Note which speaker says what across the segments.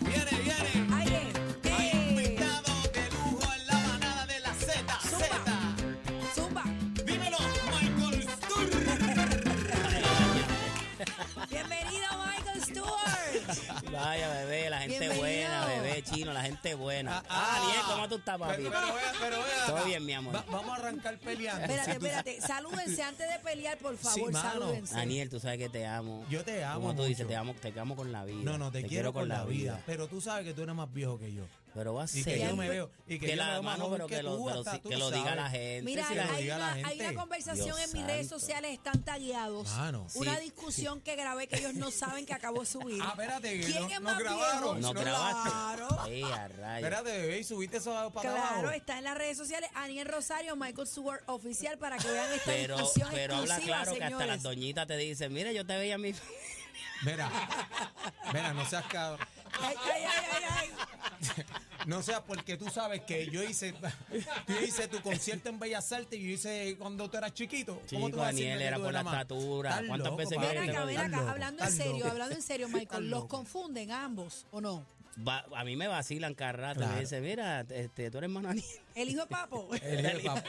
Speaker 1: Viene, viene. Hay invitado de lujo en la manada de la Z.
Speaker 2: Zumba.
Speaker 1: Z.
Speaker 2: Zumba,
Speaker 1: Dímelo, Michael Sturr.
Speaker 2: bienvenido Michael Stewart.
Speaker 3: Vaya, bebé, la gente
Speaker 2: Bienvenido.
Speaker 3: buena, bebé chino, la gente buena. Ah, bien, ¿cómo tú estás, papi?
Speaker 1: Pero, pero, vea- pero vea.
Speaker 3: Todo bien, mi amor.
Speaker 1: Va- vamos a arrancar peleando.
Speaker 2: Espérate,
Speaker 1: Si tú-
Speaker 2: espérate, salúdense antes de pelear, por favor,
Speaker 1: mano.
Speaker 2: salúdense.
Speaker 3: Daniel, tú sabes que te amo.
Speaker 1: Yo te amo
Speaker 3: Como tú dices,
Speaker 1: mucho.
Speaker 3: te amo, te amo con la vida.
Speaker 1: No, no, te, quiero, con la vida. Pero tú sabes que tú eres más viejo que yo.
Speaker 3: Pero va a
Speaker 1: Y
Speaker 3: ser.
Speaker 1: que yo me veo. Y que,
Speaker 3: Que
Speaker 1: yo
Speaker 3: la
Speaker 1: me veo más
Speaker 3: mano,
Speaker 1: joven
Speaker 3: pero que, lo,
Speaker 1: tú,
Speaker 3: pero
Speaker 1: hasta
Speaker 3: sí-
Speaker 1: tú
Speaker 3: que lo diga
Speaker 1: sabes.
Speaker 3: la gente.
Speaker 2: Mira,
Speaker 1: si lo
Speaker 2: hay
Speaker 1: diga la
Speaker 2: una, hay
Speaker 1: gente.
Speaker 2: una conversación
Speaker 3: Dios
Speaker 2: en mis redes
Speaker 3: santo.
Speaker 2: sociales, están tagueados.
Speaker 1: Mano.
Speaker 2: una
Speaker 3: Sí.
Speaker 2: discusión que grabé que ellos no saben que acabó de subir.
Speaker 1: Ah, espérate, que
Speaker 2: ¿Quién
Speaker 1: no-
Speaker 2: es
Speaker 1: no
Speaker 2: más
Speaker 1: grabaron.
Speaker 2: viejo?
Speaker 3: no
Speaker 1: no,
Speaker 3: grabaste.
Speaker 2: Claro.
Speaker 3: Ey, a rayos.
Speaker 1: Espérate, bebé, y subiste eso para
Speaker 2: Claro,
Speaker 1: abajo.
Speaker 2: está en las redes sociales Aniel Rosario, Michael Stewart oficial para que vean esta
Speaker 3: Pero,
Speaker 2: discusión
Speaker 3: pero habla
Speaker 2: exclusiva,
Speaker 3: claro que hasta
Speaker 2: señores.
Speaker 3: las doñitas te dicen, mira, yo te veía a mi...
Speaker 1: Mira, mira, no seas cabrón.
Speaker 2: Ay, ay, ay, ay, ay.
Speaker 1: No sea porque tú sabes que yo hice, yo hice tu concierto en Bellas Artes y yo hice cuando tú eras chiquito.
Speaker 3: Chico,
Speaker 1: tú vas a decirme
Speaker 3: Daniel,
Speaker 1: que
Speaker 3: era
Speaker 1: tú
Speaker 3: por
Speaker 1: eras
Speaker 3: la
Speaker 1: más?
Speaker 3: estatura.
Speaker 1: Estás
Speaker 3: ¿Cuántas
Speaker 1: loco,
Speaker 3: veces
Speaker 1: papi,
Speaker 2: Ven
Speaker 3: te
Speaker 2: acá,
Speaker 3: lo
Speaker 2: ven
Speaker 3: digo.
Speaker 2: acá,
Speaker 1: Estás
Speaker 2: hablando en
Speaker 1: loco, estás
Speaker 2: serio,
Speaker 1: loco.
Speaker 2: hablando en serio, Michael, los confunden ambos, ¿o no?
Speaker 3: Va- a mí me vacilan carrata.
Speaker 1: Claro.
Speaker 3: Me dicen, mira, este, tú eres mano Aniel".
Speaker 2: El hijo de Papo.
Speaker 1: El hijo de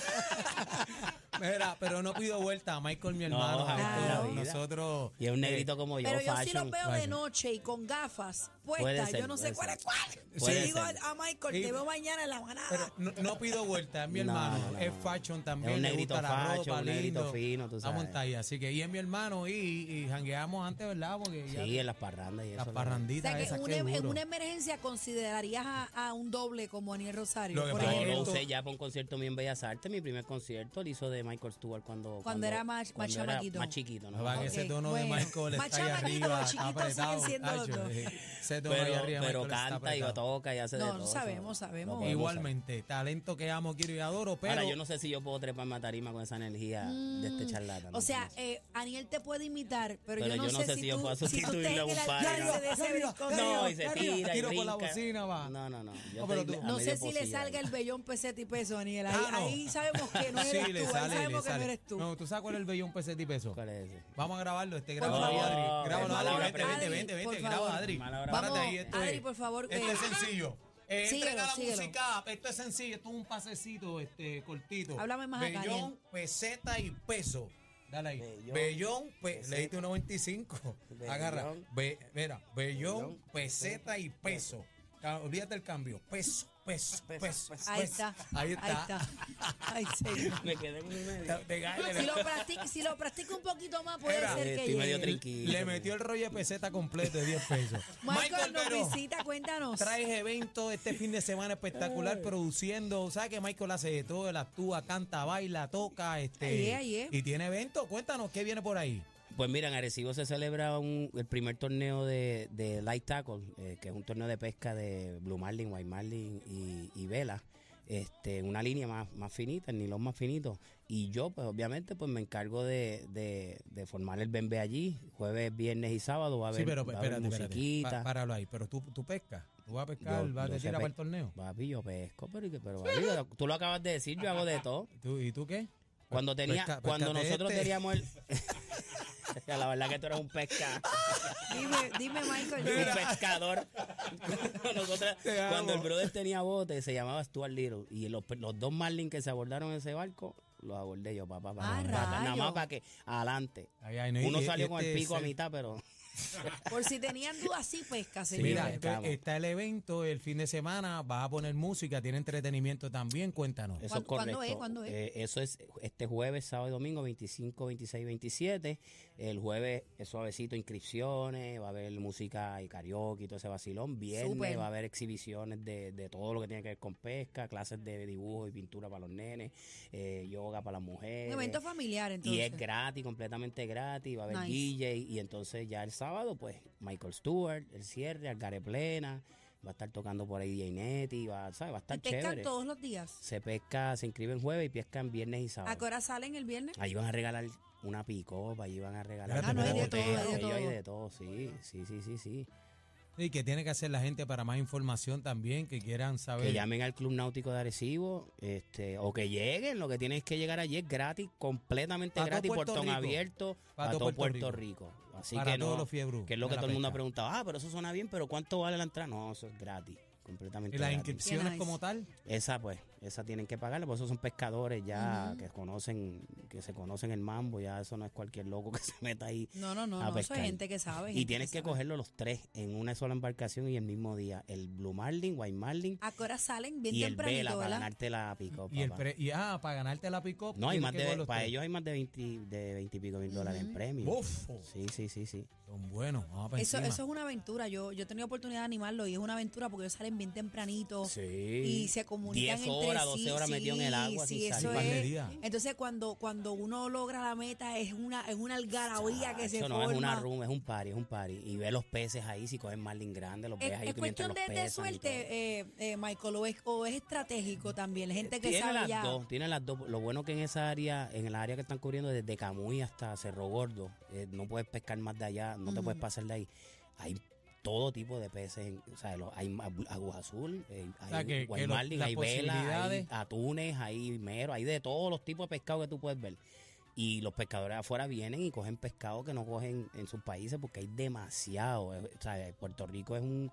Speaker 1: papá. Mira, pero no pido vuelta a Michael, mi
Speaker 3: No,
Speaker 1: hermano.
Speaker 3: jamás
Speaker 2: en la
Speaker 1: Este,
Speaker 3: vida.
Speaker 1: Nosotros.
Speaker 3: Y es un negrito como yo,
Speaker 2: Pero yo sí
Speaker 3: fashion.
Speaker 2: los veo de
Speaker 1: fashion.
Speaker 2: noche y con gafas
Speaker 3: Puede
Speaker 2: puestas.
Speaker 3: ser,
Speaker 2: Yo no sé
Speaker 3: puede
Speaker 2: cuál
Speaker 3: ser.
Speaker 2: es cuál.
Speaker 3: Puede
Speaker 2: Le digo
Speaker 3: ser.
Speaker 2: a a Michael,
Speaker 1: Y-
Speaker 2: te veo mañana en la manada.
Speaker 1: Pero no, no pido vuelta, es mi
Speaker 3: No,
Speaker 1: hermano.
Speaker 3: no,
Speaker 1: es
Speaker 3: no.
Speaker 1: fashion también.
Speaker 3: Es un
Speaker 1: le
Speaker 3: negrito
Speaker 1: gusta la
Speaker 3: fashion,
Speaker 1: ropa,
Speaker 3: un negrito
Speaker 1: lindo.
Speaker 3: fino, tú
Speaker 1: Estamos
Speaker 3: sabes.
Speaker 1: en talla. Así que, y es mi hermano y, y jangueamos antes, ¿verdad? Porque ya
Speaker 3: Sí, en las parrandas y
Speaker 1: las
Speaker 3: eso.
Speaker 2: o sea,
Speaker 1: parranditas
Speaker 2: que
Speaker 1: esas
Speaker 2: en
Speaker 1: qué
Speaker 2: una, em, en
Speaker 1: duro.
Speaker 2: una emergencia considerarías a, a un doble como Aniel Rosario,
Speaker 1: Lo que
Speaker 2: por
Speaker 3: No,
Speaker 1: pasa es
Speaker 3: no,
Speaker 1: que
Speaker 2: ejemplo.
Speaker 3: lo
Speaker 1: esto-
Speaker 3: usé ya para un concierto mío en Bellas Artes. Mi primer concierto lo hizo de Michael Stewart cuando...
Speaker 2: era más-
Speaker 3: cuando
Speaker 2: más
Speaker 3: era
Speaker 2: chamaquito.
Speaker 3: Más chiquito,
Speaker 1: No, va
Speaker 3: ¿no?
Speaker 1: que
Speaker 2: Ok,
Speaker 1: ese tono de
Speaker 2: bueno.
Speaker 1: Michael
Speaker 2: Más
Speaker 1: está ahí
Speaker 2: chamaquito,
Speaker 1: arriba,
Speaker 2: los
Speaker 1: está
Speaker 2: chiquitos siguen
Speaker 1: apretado.
Speaker 2: siendo los
Speaker 1: tacho,
Speaker 2: dos.
Speaker 1: sí. Ese tono ahí
Speaker 3: Pero,
Speaker 1: arriba,
Speaker 3: pero
Speaker 1: Michael, está
Speaker 3: canta y
Speaker 1: apretado.
Speaker 3: toca y hace
Speaker 2: No,
Speaker 3: de
Speaker 2: no
Speaker 3: todo. eso
Speaker 2: sabemos,
Speaker 3: lo
Speaker 2: sabemos.
Speaker 3: podemos saber.
Speaker 1: Igualmente, talento que amo, quiero y adoro, pero
Speaker 3: Ahora, yo no sé si yo puedo treparme a tarima con esa energía de este charlatán.
Speaker 2: Mm. O sea, eh, Aniel te puede imitar, pero, yo, no sé si
Speaker 3: yo
Speaker 2: tú,
Speaker 3: puedo
Speaker 2: si tú estás
Speaker 3: sustituirlo
Speaker 2: en
Speaker 3: a un
Speaker 2: el
Speaker 3: padre,
Speaker 2: alcance
Speaker 3: ¿no?
Speaker 2: de ese bizcocho.
Speaker 3: no, y se
Speaker 1: arriba,
Speaker 3: tira y
Speaker 1: tiro por la
Speaker 3: brinca.
Speaker 1: bocina, va.
Speaker 3: No, no, no. Yo
Speaker 1: No, pero
Speaker 3: estoy
Speaker 1: tú-
Speaker 3: a
Speaker 2: No
Speaker 3: medio
Speaker 2: sé si le
Speaker 3: pocillo
Speaker 2: salga
Speaker 3: ahí.
Speaker 2: el vellón peseta y peso, Daniel. Ahí,
Speaker 1: Ah, no.
Speaker 2: ahí sabemos que no eres
Speaker 1: sí,
Speaker 2: tú.
Speaker 1: le
Speaker 2: ahí
Speaker 1: sale, le
Speaker 2: sabemos que no
Speaker 1: sale.
Speaker 2: eres tú.
Speaker 1: No, tú sabes cuál es el bellón peseta y peso.
Speaker 3: ¿Cuál es ese?
Speaker 1: Vamos a grabarlo, este
Speaker 2: Por
Speaker 1: grabado,
Speaker 2: favor.
Speaker 1: Adri. Grábalo,
Speaker 3: Mala hora,
Speaker 1: Adri, vente,
Speaker 3: Adri,
Speaker 1: vente, vente,
Speaker 2: por
Speaker 1: vente, graba,
Speaker 2: favor.
Speaker 1: Adri.
Speaker 3: Mala hora,
Speaker 1: Párate
Speaker 2: Vamos,
Speaker 1: ahí, esto es-
Speaker 2: Adri, por favor, que-
Speaker 1: Esto es sencillo. Eh,
Speaker 2: Síguelo,
Speaker 1: Entrega la
Speaker 2: síguelo.
Speaker 1: música, esto es sencillo, esto es un pasecito este, cortito.
Speaker 2: Háblame más acá,
Speaker 1: Bellón,
Speaker 2: Daniel.
Speaker 1: peseta y peso. Dale ahí.
Speaker 3: Bellón,
Speaker 1: Bellón, pe- le diste 1.25.
Speaker 3: Bellón,
Speaker 1: Agarra. Be- mira, bellón, peseta y peso. Ca- Olvídate el cambio. Peso, peso, peso. peso.
Speaker 2: Ahí está.
Speaker 1: pues, Ahí está.
Speaker 2: Ay, señor.
Speaker 3: Me quedé en un medio.
Speaker 1: Te- te
Speaker 2: Si
Speaker 1: cae, le-
Speaker 2: lo practico, si lo practico un poquito más, puede
Speaker 1: Era, este,
Speaker 2: ser que
Speaker 3: Estoy medio
Speaker 2: llegue.
Speaker 3: trinquillo.
Speaker 1: le metió el rollo de peseta completo de 10 pesos.
Speaker 2: Michael, nos
Speaker 1: Pero-
Speaker 2: visita, cuéntanos.
Speaker 1: Traes evento este fin de semana espectacular produciendo. ¿Sabes que Michael hace de todo? Él actúa, canta, baila, toca. este
Speaker 2: Ahí es, ahí es.
Speaker 1: Y tiene evento. Cuéntanos qué viene por ahí.
Speaker 3: Pues mira, en Arecibo se celebra un- el primer torneo de, de Light Tackle, eh, que es un torneo de pesca de Blue Marlin, White Marlin y, y Vela. Este, una línea más, más finita, el nilón más finito. Y yo, pues obviamente, pues me encargo de, de- de formar el bembe allí. Jueves, viernes y sábado va a haber,
Speaker 1: sí, pero
Speaker 3: va a haber
Speaker 1: espérate, espérate.
Speaker 3: musiquita.
Speaker 1: Pa- páralo ahí. Pero tú, tú pescas. Tú vas a pescar,
Speaker 3: Yo-
Speaker 1: vas
Speaker 3: yo
Speaker 1: a
Speaker 3: sé
Speaker 1: tirar para el
Speaker 3: pe-
Speaker 1: torneo.
Speaker 3: Papi, yo pesco, pero, ¿y qué? pero papi, tú lo acabas de decir, yo hago de todo.
Speaker 1: ¿Tú- ¿Y tú qué? Pues,
Speaker 3: Cuando tenía,
Speaker 1: Pesca-
Speaker 3: cuando
Speaker 1: pescate
Speaker 3: nosotros
Speaker 1: este.
Speaker 3: teníamos el... la verdad que tú eres un pesca.
Speaker 2: Dime, dime, Michael.
Speaker 3: un
Speaker 2: dime.
Speaker 3: pescador. Nosotros-
Speaker 1: Te amo.
Speaker 3: cuando el brother tenía bote, se llamaba Stuart Little. Y los, los dos Marlin que se abordaron en ese barco, los abordé yo, papá. papá,
Speaker 2: Ah,
Speaker 3: papá. nada
Speaker 2: rayos.
Speaker 3: más para que adelante.
Speaker 1: Ay, ay, no, y-
Speaker 3: Uno
Speaker 1: y-
Speaker 3: salió con el
Speaker 1: este
Speaker 3: pico
Speaker 1: es
Speaker 3: a mitad, pero
Speaker 2: Por si tenían dudas, sí pesca,
Speaker 3: Sí,
Speaker 2: señor.
Speaker 1: Mira,
Speaker 3: ahí
Speaker 1: este-
Speaker 3: estamos.
Speaker 1: está el evento el fin de semana, vas a poner música, tiene entretenimiento también, cuéntanos.
Speaker 3: Eso es
Speaker 2: ¿Cuándo- cuándo
Speaker 3: correcto.
Speaker 2: es? ¿Cuándo es?
Speaker 3: Eh, eso es este jueves, sábado y domingo, 25, 26, 27. El jueves es suavecito, inscripciones, va a haber música y karaoke y todo ese vacilón. Viernes
Speaker 2: Súper.
Speaker 3: va a haber exhibiciones de, de todo lo que tiene que ver con pesca, clases de dibujo y pintura para los nenes, eh, yoga para las
Speaker 2: Un
Speaker 3: mujeres.
Speaker 2: evento familiar,
Speaker 3: Y
Speaker 2: entonces.
Speaker 3: es gratis, completamente gratis, va a haber
Speaker 2: Nice.
Speaker 3: DJ y entonces ya el sábado pues Michael Stewart, el cierre, Algaré Plena, va a estar tocando por ahí DJ Neti, va, ¿sabes? va
Speaker 2: Y
Speaker 3: a estar
Speaker 2: pescan
Speaker 3: chévere.
Speaker 2: todos los días.
Speaker 3: Se pesca, se inscribe en jueves y pescan viernes y
Speaker 2: ¿A qué
Speaker 3: sábado.
Speaker 2: hora salen el viernes?
Speaker 3: Ahí van a regalar una picopa, ahí van a regalar
Speaker 1: Ah, no, hay de
Speaker 3: botellas,
Speaker 1: todo, hay
Speaker 2: de
Speaker 3: ellos hay
Speaker 2: todo.
Speaker 3: de todo, sí, sí, sí, sí, sí.
Speaker 1: Y que tiene que hacer la gente para más información también, que quieran saber.
Speaker 3: Que llamen al Club Náutico de Arecibo, este, o que lleguen, lo que tienen es que llegar allí es gratis, completamente
Speaker 1: Pa' todo
Speaker 3: gratis,
Speaker 1: Puerto
Speaker 3: portón
Speaker 1: Rico.
Speaker 3: abierto,
Speaker 1: Pa'
Speaker 3: para
Speaker 1: todo
Speaker 3: todo
Speaker 1: Puerto
Speaker 3: Puerto Rico. Así
Speaker 1: para
Speaker 3: que
Speaker 1: todos
Speaker 3: no,
Speaker 1: los fiebros
Speaker 3: que es lo
Speaker 1: de
Speaker 3: que
Speaker 1: la
Speaker 3: todo el mundo ha
Speaker 1: pesca.
Speaker 3: preguntado, ah, pero eso suena bien, pero ¿cuánto vale la entrada? No, eso es gratis, completamente
Speaker 1: Y las
Speaker 3: gratis.
Speaker 1: inscripciones
Speaker 2: Qué nice.
Speaker 1: como tal.
Speaker 3: Esa pues, esa tienen que pagarla, por eso son pescadores ya que conocen, que se conocen el mambo, ya eso no es cualquier loco que se meta ahí.
Speaker 2: No, no, no,
Speaker 3: A
Speaker 2: no. Eso
Speaker 3: pescar.
Speaker 2: es gente que sabe.
Speaker 3: Y
Speaker 2: gente
Speaker 3: tienes que
Speaker 2: sabe.
Speaker 3: cogerlo los tres en una sola embarcación y el mismo día, el Blue Marlin, White Marlin
Speaker 2: ¿A qué hora salen? Ah, Bien
Speaker 3: y el Vela
Speaker 2: tempranito,
Speaker 3: para
Speaker 2: ¿verdad?
Speaker 3: ganarte la pico.
Speaker 1: Y, el
Speaker 3: Oh, papá.
Speaker 1: pre- y ah, para ganarte la pick-up.
Speaker 3: no, hay
Speaker 1: tienes
Speaker 3: más
Speaker 1: que
Speaker 3: de,
Speaker 1: coger los
Speaker 3: para
Speaker 1: tres.
Speaker 3: ellos hay más de 20, de 20 y pico mil dólares en premio.
Speaker 1: Bofo.
Speaker 3: Sí, sí, sí, sí.
Speaker 1: Son buenos, vamos para
Speaker 2: Eso,
Speaker 1: encima.
Speaker 2: eso es una aventura. Yo, yo he tenido oportunidad de animarlo y es una aventura porque ellos salen bien tempranito.
Speaker 3: Sí.
Speaker 2: Y se comunican
Speaker 3: 10 horas,
Speaker 2: entre sí.
Speaker 3: 12 horas metido en el agua
Speaker 2: sí,
Speaker 3: sin
Speaker 2: eso
Speaker 3: salir.
Speaker 1: Un par de
Speaker 2: es.
Speaker 1: días.
Speaker 2: Entonces cuando, cuando uno logra la meta es una, es una algarabía que se
Speaker 3: Chacho, no
Speaker 2: forma.
Speaker 3: es una room, es un party, es un party. Y ve los peces ahí, si cogen marlin grande, los ves
Speaker 2: Es,
Speaker 3: ahí
Speaker 2: es
Speaker 3: tú mientras
Speaker 2: cuestión de,
Speaker 3: los
Speaker 2: de
Speaker 3: pesas y todo.
Speaker 2: suerte, eh, eh, Michael, o es, o es estratégico también. La gente que
Speaker 3: Tiene
Speaker 2: sabe
Speaker 3: las
Speaker 2: ya.
Speaker 3: dos, tiene las dos. Lo bueno que en esa área, en el área que están cubriendo, desde Camuy hasta Cerro Gordo, eh, no puedes pescar más de allá, no te
Speaker 2: Ujú.
Speaker 3: puedes pasar de ahí. Hay todo tipo de peces, en- o sea, lo- hay agu- aguja azul, eh, hay
Speaker 1: sea, que-
Speaker 3: guay
Speaker 1: que lo-
Speaker 3: marlin,
Speaker 1: las
Speaker 3: hay vela, hay
Speaker 1: posibilidades-
Speaker 3: atunes, hay mero, hay de todos los tipos de pescado que tú puedes ver. Y los pescadores afuera vienen y cogen pescado que no cogen en sus países porque hay demasiado. eh, O sea, Puerto Rico es un,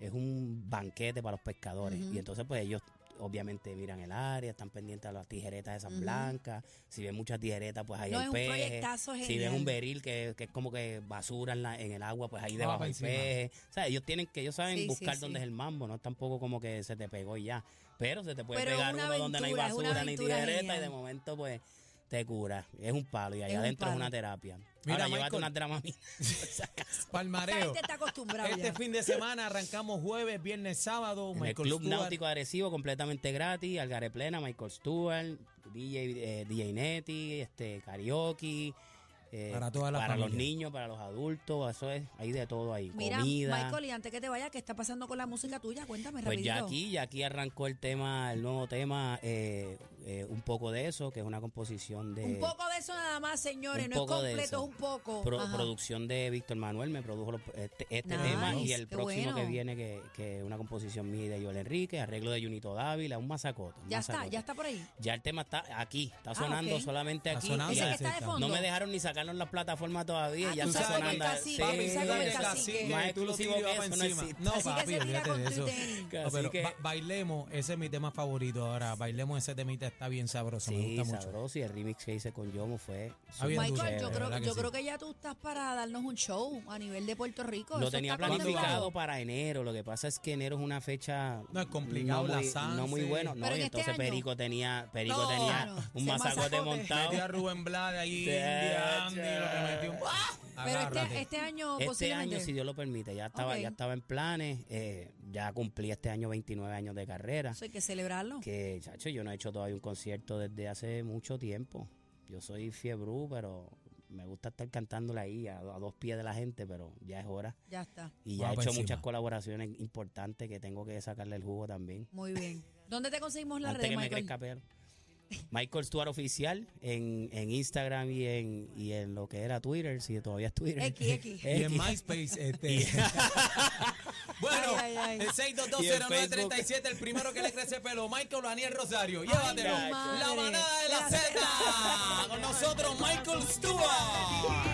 Speaker 3: es un banquete para los pescadores.
Speaker 2: Ujú.
Speaker 3: Y entonces, pues ellos obviamente miran el área, están pendientes a las tijeretas esas
Speaker 2: Ujú.
Speaker 3: blancas. Si ven muchas tijeretas, pues ahí
Speaker 2: No,
Speaker 3: hay
Speaker 2: es un
Speaker 3: peje.
Speaker 2: proyectazo
Speaker 3: Si ven
Speaker 2: genial.
Speaker 3: un beril que, que es como que basura en, la- en el agua, pues ahí
Speaker 1: Ah,
Speaker 3: debajo
Speaker 1: pa'
Speaker 3: hay
Speaker 1: encima.
Speaker 3: peje. O sea, ellos tienen que, ellos saben
Speaker 2: Sí, sí,
Speaker 3: buscar
Speaker 2: sí.
Speaker 3: dónde es el mambo, no es tampoco como que se te pegó y ya. Pero se te puede
Speaker 2: Pero es
Speaker 3: pegar uno
Speaker 2: una
Speaker 3: donde no hay
Speaker 2: aventura, es una
Speaker 3: basura ni
Speaker 2: aventura
Speaker 3: tijereta y de
Speaker 2: genial.
Speaker 3: momento, pues te cura. Es un palo y
Speaker 2: Es
Speaker 3: allá
Speaker 2: un
Speaker 3: adentro es
Speaker 2: palo.
Speaker 3: una terapia.
Speaker 1: Mira,
Speaker 3: Ahora, llévate
Speaker 1: Michael.
Speaker 3: una drama mía.
Speaker 2: Esta
Speaker 1: Palmareo.
Speaker 2: gente está acostumbrada
Speaker 1: Este
Speaker 2: ya.
Speaker 1: fin de semana arrancamos jueves, viernes, sábado.
Speaker 3: En el
Speaker 1: Michael
Speaker 3: Club
Speaker 1: Stewart.
Speaker 3: Náutico Agresivo, completamente gratis, Algaré Plena, Michael Stewart, DJ, eh, DJ Neti, este, karaoke. eh,
Speaker 1: Para toda la
Speaker 3: Para los
Speaker 1: familia.
Speaker 3: niños, para los adultos, eso es, hay de todo ahí.
Speaker 2: Mira,
Speaker 3: Comida.
Speaker 2: Michael, y antes que te vayas, ¿qué está pasando con la música tuya? Cuéntame
Speaker 3: pues ya
Speaker 2: rapidito.
Speaker 3: aquí, ya aquí arrancó el tema, el nuevo tema, eh, eh, un poco de eso, que es una composición de
Speaker 2: Un poco de eso nada más, señores.
Speaker 3: eh, un
Speaker 2: No es
Speaker 3: poco de
Speaker 2: completo,
Speaker 3: eso.
Speaker 2: es un poco.
Speaker 3: pro-
Speaker 2: Ajá.
Speaker 3: producción de Víctor Manuel, me produjo lo- este, este
Speaker 2: Nice,
Speaker 3: tema y el
Speaker 2: qué
Speaker 3: próximo que
Speaker 2: bueno.
Speaker 3: viene, que que es una composición mía y de Joel Enrique, arreglo de Junito Dávila, un masacote. un
Speaker 2: Ya está,
Speaker 3: masacote.
Speaker 2: ya está por ahí.
Speaker 3: Ya el tema está aquí, está sonando
Speaker 2: ok.
Speaker 3: solamente
Speaker 1: Está
Speaker 3: aquí.
Speaker 1: sonando,
Speaker 3: y
Speaker 2: Ese que
Speaker 3: ya-
Speaker 2: está de
Speaker 1: sí,
Speaker 2: fondo.
Speaker 3: no me dejaron ni sacarnos las plataformas todavía,
Speaker 2: Ah,
Speaker 3: ya
Speaker 2: tú
Speaker 3: está
Speaker 2: sabes cómo
Speaker 3: sonando.
Speaker 2: está así, papi,
Speaker 3: Sí.
Speaker 2: sabes cómo está así.
Speaker 1: cacique,
Speaker 3: Más
Speaker 1: tú lo
Speaker 3: exclusivo
Speaker 1: tiras
Speaker 3: que eso no
Speaker 1: encima.
Speaker 3: existe.
Speaker 1: No,
Speaker 2: Así que
Speaker 1: papi,
Speaker 2: se tira
Speaker 1: olvídate
Speaker 2: con
Speaker 1: de
Speaker 2: tu
Speaker 1: eso.
Speaker 2: tenis.
Speaker 1: No,
Speaker 3: Así
Speaker 1: Oh, pero
Speaker 3: que-
Speaker 1: ba- bailemos, ese es mi tema favorito ahora. Bailemos ese temita, está bien sabroso, me
Speaker 3: Sí,
Speaker 1: gusta mucho.
Speaker 3: sabroso. Y el remix que hice con Yomo fue.
Speaker 1: Ah,
Speaker 3: súper
Speaker 1: bien duro.
Speaker 2: Michael, yo,
Speaker 1: de
Speaker 3: chévere.
Speaker 2: creo,
Speaker 1: verdad que
Speaker 2: yo
Speaker 1: sí.
Speaker 2: creo que ya tú estás para darnos un show a nivel de Puerto Rico.
Speaker 3: Lo
Speaker 2: Eso
Speaker 3: tenía
Speaker 2: está contemplado.
Speaker 3: planificado para enero. Lo que pasa es que enero es una fecha.
Speaker 1: No, es complicado,
Speaker 3: no muy,
Speaker 1: la
Speaker 3: No muy
Speaker 1: Sanse.
Speaker 3: bueno. No,
Speaker 2: Pero
Speaker 3: y
Speaker 2: en este
Speaker 3: entonces
Speaker 2: año.
Speaker 3: Perico tenía, Perico
Speaker 2: No,
Speaker 3: tenía
Speaker 2: no,
Speaker 3: un
Speaker 2: ese
Speaker 3: masacote
Speaker 2: masacote.
Speaker 1: Metí a
Speaker 3: montado.
Speaker 1: Rubén Blades ahí,
Speaker 3: Sí.
Speaker 1: India, Andy, lo que metió. ¡Ah!
Speaker 2: Pero
Speaker 1: Agárrate.
Speaker 2: este, este año
Speaker 3: Este
Speaker 2: posiblemente.
Speaker 3: año, si Dios lo permite, ya estaba,
Speaker 2: Ok.
Speaker 3: ya estaba en planes. eh, ya cumplí este año 29 años de carrera.
Speaker 2: Eso hay que celebrarlo.
Speaker 3: Que, chacho, yo no he hecho todavía un concierto desde hace mucho tiempo. Yo soy fiebrú, pero me gusta estar cantándole ahí a, a dos pies de la gente, pero ya es hora.
Speaker 2: Ya está.
Speaker 3: Y ya he hecho
Speaker 1: Vamos pa' Ah, pues encima.
Speaker 3: muchas colaboraciones importantes que tengo que sacarle el jugo también.
Speaker 2: Muy bien. ¿Dónde te conseguimos las
Speaker 3: Antes
Speaker 2: redes,
Speaker 3: que me
Speaker 2: Michael?
Speaker 3: crezca pelo. Michael Stuart Oficial en, en Instagram y en, y en lo que era Twitter, si todavía es Twitter.
Speaker 2: X, X.
Speaker 1: Y en
Speaker 3: X.
Speaker 1: MySpace, este. bueno,
Speaker 2: Ay, ay, ay.
Speaker 1: el 6220937, el primero que le crece pelo, Michael Daniel Rosario. Llévatelo.
Speaker 2: Ay, mi madre.
Speaker 1: la manada de la
Speaker 2: La
Speaker 1: Z. Con nosotros, Michael Stewart.